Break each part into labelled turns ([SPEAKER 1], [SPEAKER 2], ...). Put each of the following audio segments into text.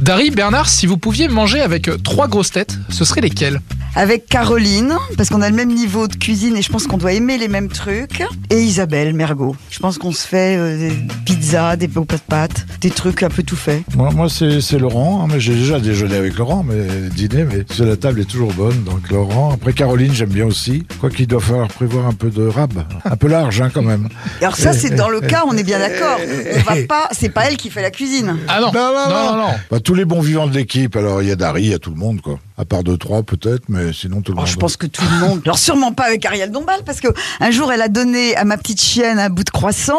[SPEAKER 1] Dari, Bernard, si vous pouviez manger avec euh, trois grosses têtes, ce seraient lesquelles
[SPEAKER 2] Avec Caroline, parce qu'on a le même niveau de cuisine et je pense qu'on doit aimer les mêmes trucs. Et Isabelle Mergot. Je pense qu'on se fait euh, des pizzas, des pots de pâtes, des trucs un peu tout faits.
[SPEAKER 3] Moi, moi, c'est c'est Laurent. hein, mais J'ai déjà déjeuné avec Laurent, mais dîner, mais parce que la table est toujours bonne. Donc Laurent. Après Caroline, j'aime bien aussi. Quoi qu'il doit falloir prévoir un peu de rab, un peu large hein, quand même.
[SPEAKER 2] Et Alors ça, c'est dans le cas, on est bien d'accord. On va pas, c'est pas elle qui fait la cuisine.
[SPEAKER 1] Ah non,
[SPEAKER 3] Non, non,
[SPEAKER 1] non, non, non.
[SPEAKER 3] Bah, tous les bons vivants de l'équipe. Alors il y a Dari, il y a tout le monde quoi. À part deux trois peut-être, mais sinon tout le
[SPEAKER 2] Oh,
[SPEAKER 3] monde.
[SPEAKER 2] je pense que tout le monde. Alors sûrement pas avec Ariel Dombal parce que un jour elle a donné à ma petite chienne un bout de croissant,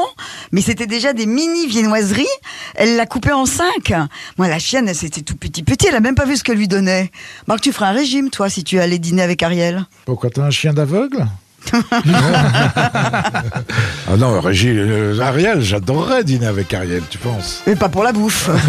[SPEAKER 2] mais c'était déjà des mini viennoiseries. Elle l'a coupé en cinq. Moi la chienne, elle, c'était tout petit petit. Elle a même pas vu ce qu'elle lui donnait. Marc, tu ferais un régime toi si tu allais dîner avec Ariel.
[SPEAKER 3] Pourquoi t'as un chien d'aveugle Ah non, Régis, euh, Ariel, j'adorerais dîner avec Ariel, tu penses
[SPEAKER 2] Mais pas pour la bouffe.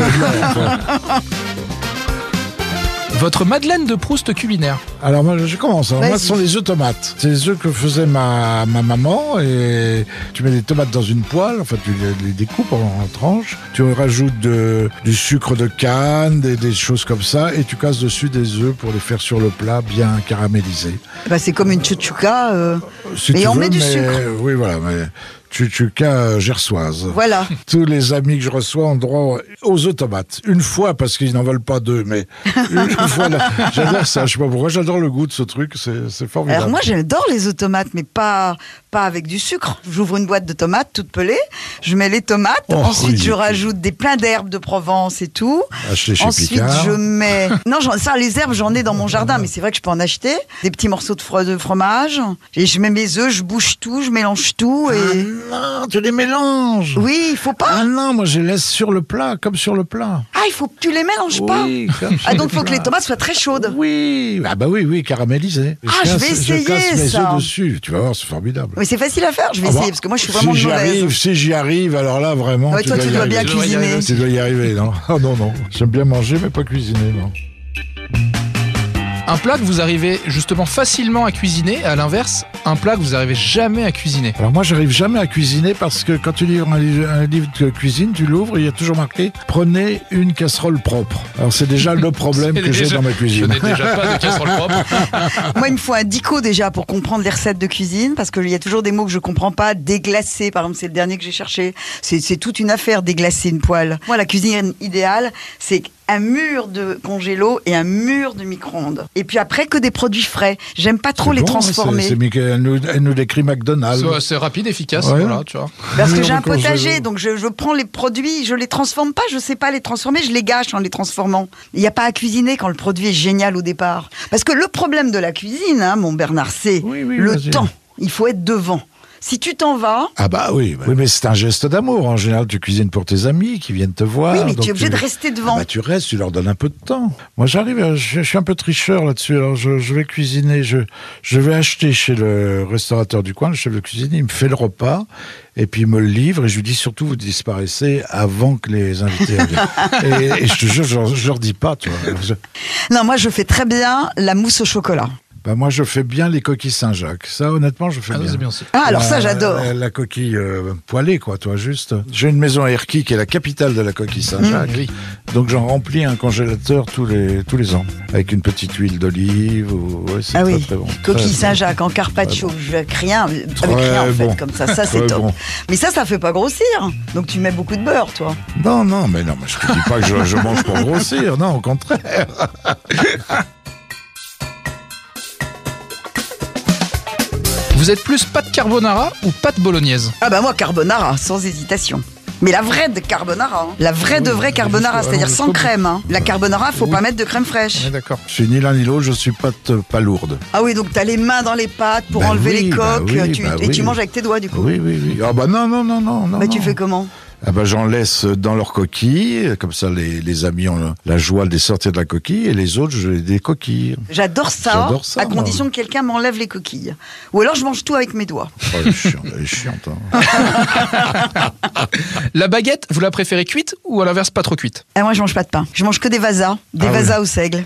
[SPEAKER 1] Votre Madeleine de Proust culinaire.
[SPEAKER 3] Alors moi je commence. Alors, moi
[SPEAKER 2] Vas-y.
[SPEAKER 3] ce sont les œufs tomates. C'est les œufs que faisait ma, ma maman et tu mets des tomates dans une poêle, enfin tu les, les découpes en, en tranches, tu rajoutes de- du sucre de canne, des, des choses comme ça et tu casses dessus des œufs pour les faire sur le plat bien caramélisés.
[SPEAKER 2] bah, c'est comme une chuchuka. euh,
[SPEAKER 3] Si
[SPEAKER 2] Mais
[SPEAKER 3] tu
[SPEAKER 2] on
[SPEAKER 3] veux,
[SPEAKER 2] met du
[SPEAKER 3] mais-
[SPEAKER 2] sucre.
[SPEAKER 3] Oui voilà, mais chuchuca euh, gersoise.
[SPEAKER 2] Voilà.
[SPEAKER 3] Tous les amis que je reçois ont droit aux œufs tomates. Une fois, parce qu'ils n'en veulent pas deux, mais une fois, là, j'adore ça. Je sais pas pourquoi, j'adore le goût de ce truc, c'est c'est formidable.
[SPEAKER 2] Alors moi j'adore les œufs tomates, mais pas pas avec du sucre. J'ouvre une boîte de tomates toute pelée, je mets les tomates,
[SPEAKER 3] Oh,
[SPEAKER 2] ensuite je
[SPEAKER 3] ridicule.
[SPEAKER 2] rajoute des pleins d'herbes de Provence et tout.
[SPEAKER 3] Acheté chez
[SPEAKER 2] ensuite
[SPEAKER 3] Picard.
[SPEAKER 2] je mets non j'en- ça les herbes j'en ai dans mon jardin, mais c'est vrai que je peux en acheter des petits morceaux de, fro- de fromage et je mets mes œufs, je bouche tout, je mélange tout et
[SPEAKER 3] Ah non, tu les mélanges
[SPEAKER 2] oui il faut pas
[SPEAKER 3] Ah non, moi je les laisse sur le plat, comme sur le plat.
[SPEAKER 2] ah il faut que tu les mélanges pas
[SPEAKER 3] Oui, comme sur
[SPEAKER 2] ah
[SPEAKER 3] le
[SPEAKER 2] donc faut que
[SPEAKER 3] plat.
[SPEAKER 2] les tomates soient très chaudes.
[SPEAKER 3] Oui, ah bah oui, oui, caramélisées.
[SPEAKER 2] Ah, je vais essayer
[SPEAKER 3] Je casse mes
[SPEAKER 2] ça.
[SPEAKER 3] œufs dessus, tu vas voir, c'est formidable.
[SPEAKER 2] Mais c'est facile à faire, je vais
[SPEAKER 3] Ah bah,
[SPEAKER 2] essayer parce que moi je suis vraiment une
[SPEAKER 3] si j'y
[SPEAKER 2] mauvaise. Ah
[SPEAKER 3] arrive, si j'y arrive, alors là vraiment.
[SPEAKER 2] Ouais, toi, tu
[SPEAKER 3] y
[SPEAKER 2] dois
[SPEAKER 3] arriver.
[SPEAKER 2] bien
[SPEAKER 1] Je dois y
[SPEAKER 2] cuisiner.
[SPEAKER 1] arriver.
[SPEAKER 3] Tu dois y arriver, non Ah non, non. J'aime bien manger, mais pas cuisiner, non.
[SPEAKER 1] Un plat que vous arrivez justement facilement à cuisiner, à l'inverse, un plat que vous arrivez jamais à cuisiner.
[SPEAKER 3] Alors moi, j'arrive jamais à cuisiner parce que quand tu livres un, livre- un livre de cuisine, tu l'ouvres, il y a toujours marqué prenez une casserole propre. Alors c'est déjà le problème
[SPEAKER 1] C'est
[SPEAKER 3] que j'ai
[SPEAKER 1] déjà-
[SPEAKER 3] dans ma
[SPEAKER 1] Je
[SPEAKER 3] cuisine.
[SPEAKER 1] n'ai déjà pas de casserole propre.
[SPEAKER 2] Moi, il me faut un dico déjà pour comprendre les recettes de cuisine, parce qu'il y a toujours des mots que je comprends pas. Déglacer, par exemple, c'est le dernier que j'ai cherché. C'est c'est toute une affaire, déglacer une poêle. Moi, la cuisine idéale, c'est un mur de congélo et un mur de micro-ondes. Et puis après, que des produits frais. J'aime pas trop
[SPEAKER 3] C'est
[SPEAKER 2] les
[SPEAKER 3] bon,
[SPEAKER 2] transformer.
[SPEAKER 3] c'est- c'est Mickey- elle, nous, elle nous décrit McDonald's.
[SPEAKER 1] C'est- C'est rapide, efficace,
[SPEAKER 3] Ah Ouais.
[SPEAKER 1] voilà, tu vois.
[SPEAKER 2] Parce que
[SPEAKER 3] Mur
[SPEAKER 2] j'ai un
[SPEAKER 3] de congélo.
[SPEAKER 2] potager, donc je, je prends les produits, je les transforme pas, je sais pas les transformer, je les gâche en les transformant. Il n'y a pas à cuisiner quand le produit est génial au départ. Parce que le problème de la cuisine, hein, mon Bernard, c'est
[SPEAKER 3] Oui, oui,
[SPEAKER 2] le
[SPEAKER 3] vas-y.
[SPEAKER 2] temps. Il faut être devant. Si tu t'en vas,
[SPEAKER 3] Ah bah oui, bah oui, mais c'est un geste d'amour. En général, tu cuisines pour tes amis qui viennent te voir.
[SPEAKER 2] oui, mais
[SPEAKER 3] donc
[SPEAKER 2] tu es obligé de rester
[SPEAKER 3] Ah
[SPEAKER 2] devant.
[SPEAKER 3] bah, tu restes, tu leur donnes un peu de temps. Moi, j'arrive, à- je, je suis un peu tricheur là-dessus. Alors, je, je vais cuisiner, je, je vais acheter chez le restaurateur du coin, le chef de cuisine. Il me fait le repas et puis il me le livre. Et je lui dis surtout, vous disparaissez avant que les invités arrivent. et, et je te jure, je, leur- je leur dis pas, tu vois. Je-
[SPEAKER 2] Non, moi, je fais très bien la mousse au chocolat.
[SPEAKER 3] bah, moi, je fais bien les coquilles Saint-Jacques. Ça, honnêtement, je fais
[SPEAKER 1] Ah,
[SPEAKER 3] bien.
[SPEAKER 1] c'est bien aussi.
[SPEAKER 2] Ah, alors
[SPEAKER 3] La-
[SPEAKER 2] ça, j'adore.
[SPEAKER 3] La, la coquille euh, poêlée, quoi, toi, juste. J'ai une maison à Erquy qui est la capitale de la coquille Saint-Jacques.
[SPEAKER 1] Mmh. Oui.
[SPEAKER 3] Donc j'en remplis un congélateur tous les, tous les ans. Avec une petite huile d'olive. Ou... ouais, c'est
[SPEAKER 2] Ah
[SPEAKER 3] très,
[SPEAKER 2] oui,
[SPEAKER 3] très bon. Très,
[SPEAKER 2] coquille
[SPEAKER 3] très
[SPEAKER 2] Saint-Jacques en carpaccio, avec rien, avec
[SPEAKER 3] Très
[SPEAKER 2] rien en fait,
[SPEAKER 3] bon.
[SPEAKER 2] comme ça, ça c'est
[SPEAKER 3] Très
[SPEAKER 2] top.
[SPEAKER 3] bon.
[SPEAKER 2] Mais ça, ça fait pas grossir. Donc tu mets beaucoup de beurre, toi.
[SPEAKER 3] bon. Non, non, mais non, mais je te dis pas que je, je mange pour grossir. Non, au contraire.
[SPEAKER 1] Vous êtes plus pâte carbonara ou pâte bolognaise
[SPEAKER 2] Ah bah moi carbonara, sans hésitation. Mais la vraie de carbonara, hein. la vraie de vraie carbonara,
[SPEAKER 3] jusqu'au-
[SPEAKER 2] c'est-à-dire
[SPEAKER 3] jusqu'au
[SPEAKER 2] sans
[SPEAKER 3] bout.
[SPEAKER 2] crème. hein. La carbonara, faut pas mettre de crème
[SPEAKER 1] On
[SPEAKER 2] fraîche.
[SPEAKER 1] est d'accord.
[SPEAKER 3] Je suis ni l'un ni l'autre, je suis pas, t- pas lourde.
[SPEAKER 2] Ah oui, donc t'as les mains dans les pâtes pour
[SPEAKER 3] Bah
[SPEAKER 2] enlever
[SPEAKER 3] oui,
[SPEAKER 2] les
[SPEAKER 3] bah
[SPEAKER 2] coques,
[SPEAKER 3] oui,
[SPEAKER 2] tu-
[SPEAKER 3] bah
[SPEAKER 2] et tu
[SPEAKER 3] oui.
[SPEAKER 2] manges avec tes doigts du coup.
[SPEAKER 3] Oui, oui, oui. Ah bah non, non, non, non. non,
[SPEAKER 2] Bah tu
[SPEAKER 3] non.
[SPEAKER 2] fais comment
[SPEAKER 3] Ah bah j'en laisse dans leur coquille, comme ça les, les amis ont la- la joie de les sortir de la coquille, et les autres, je les décoquille.
[SPEAKER 2] J'adore ça,
[SPEAKER 3] J'adore ça,
[SPEAKER 2] à
[SPEAKER 3] moi.
[SPEAKER 2] condition que quelqu'un m'enlève les coquilles. Ou alors je mange tout avec mes doigts.
[SPEAKER 3] Oh, elle est chiante, elle est chiante. hein.
[SPEAKER 1] La baguette, vous la préférez cuite ou à l'inverse pas trop cuite
[SPEAKER 2] Et Ah, moi je mange pas de pain, je mange que des vasas, des
[SPEAKER 3] Ah oui.
[SPEAKER 2] vasas au seigle.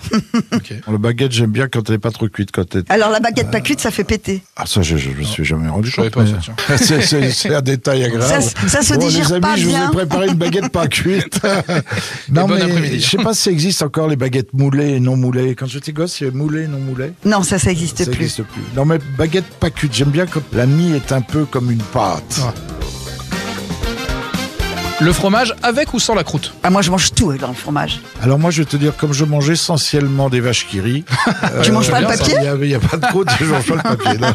[SPEAKER 3] La baguette, j'aime bien quand elle est pas trop cuite, quand elle...
[SPEAKER 2] Alors la baguette pas cuite, ça fait péter.
[SPEAKER 3] Ah ça, je, je me suis jamais rendu
[SPEAKER 1] Je savais
[SPEAKER 3] compte.
[SPEAKER 1] pas ça,
[SPEAKER 3] mais- c'est, c'est- c'est un détail
[SPEAKER 2] Ça,
[SPEAKER 3] agréable.
[SPEAKER 2] se- ça se
[SPEAKER 3] Bon,
[SPEAKER 2] digère
[SPEAKER 3] les amis,
[SPEAKER 2] pas
[SPEAKER 3] je je vous
[SPEAKER 2] bien.
[SPEAKER 3] ai préparé une baguette pas cuite.
[SPEAKER 1] Et
[SPEAKER 3] non,
[SPEAKER 1] bon
[SPEAKER 3] mais
[SPEAKER 1] après-midi.
[SPEAKER 3] je sais pas si existe encore les baguettes moulées et non moulées. Quand j'étais gosse, il y avait moulées et non moulées.
[SPEAKER 2] Non, ça, ça n'existe
[SPEAKER 3] Ça
[SPEAKER 2] plus.
[SPEAKER 3] n'existe plus. Non, mais baguette pas cuite, j'aime bien quand la mie est un peu comme une pâte.
[SPEAKER 1] Ouais. Le fromage avec ou sans la croûte
[SPEAKER 2] Ah, moi, je mange tout euh, dans le fromage.
[SPEAKER 3] Alors moi, je vais te dire, comme je mange essentiellement des vaches qui rient... euh,
[SPEAKER 2] Tu manges pas le
[SPEAKER 1] bien, ça.
[SPEAKER 2] papier
[SPEAKER 3] Il n'y a, pas de croûte, je mange pas le papier. non.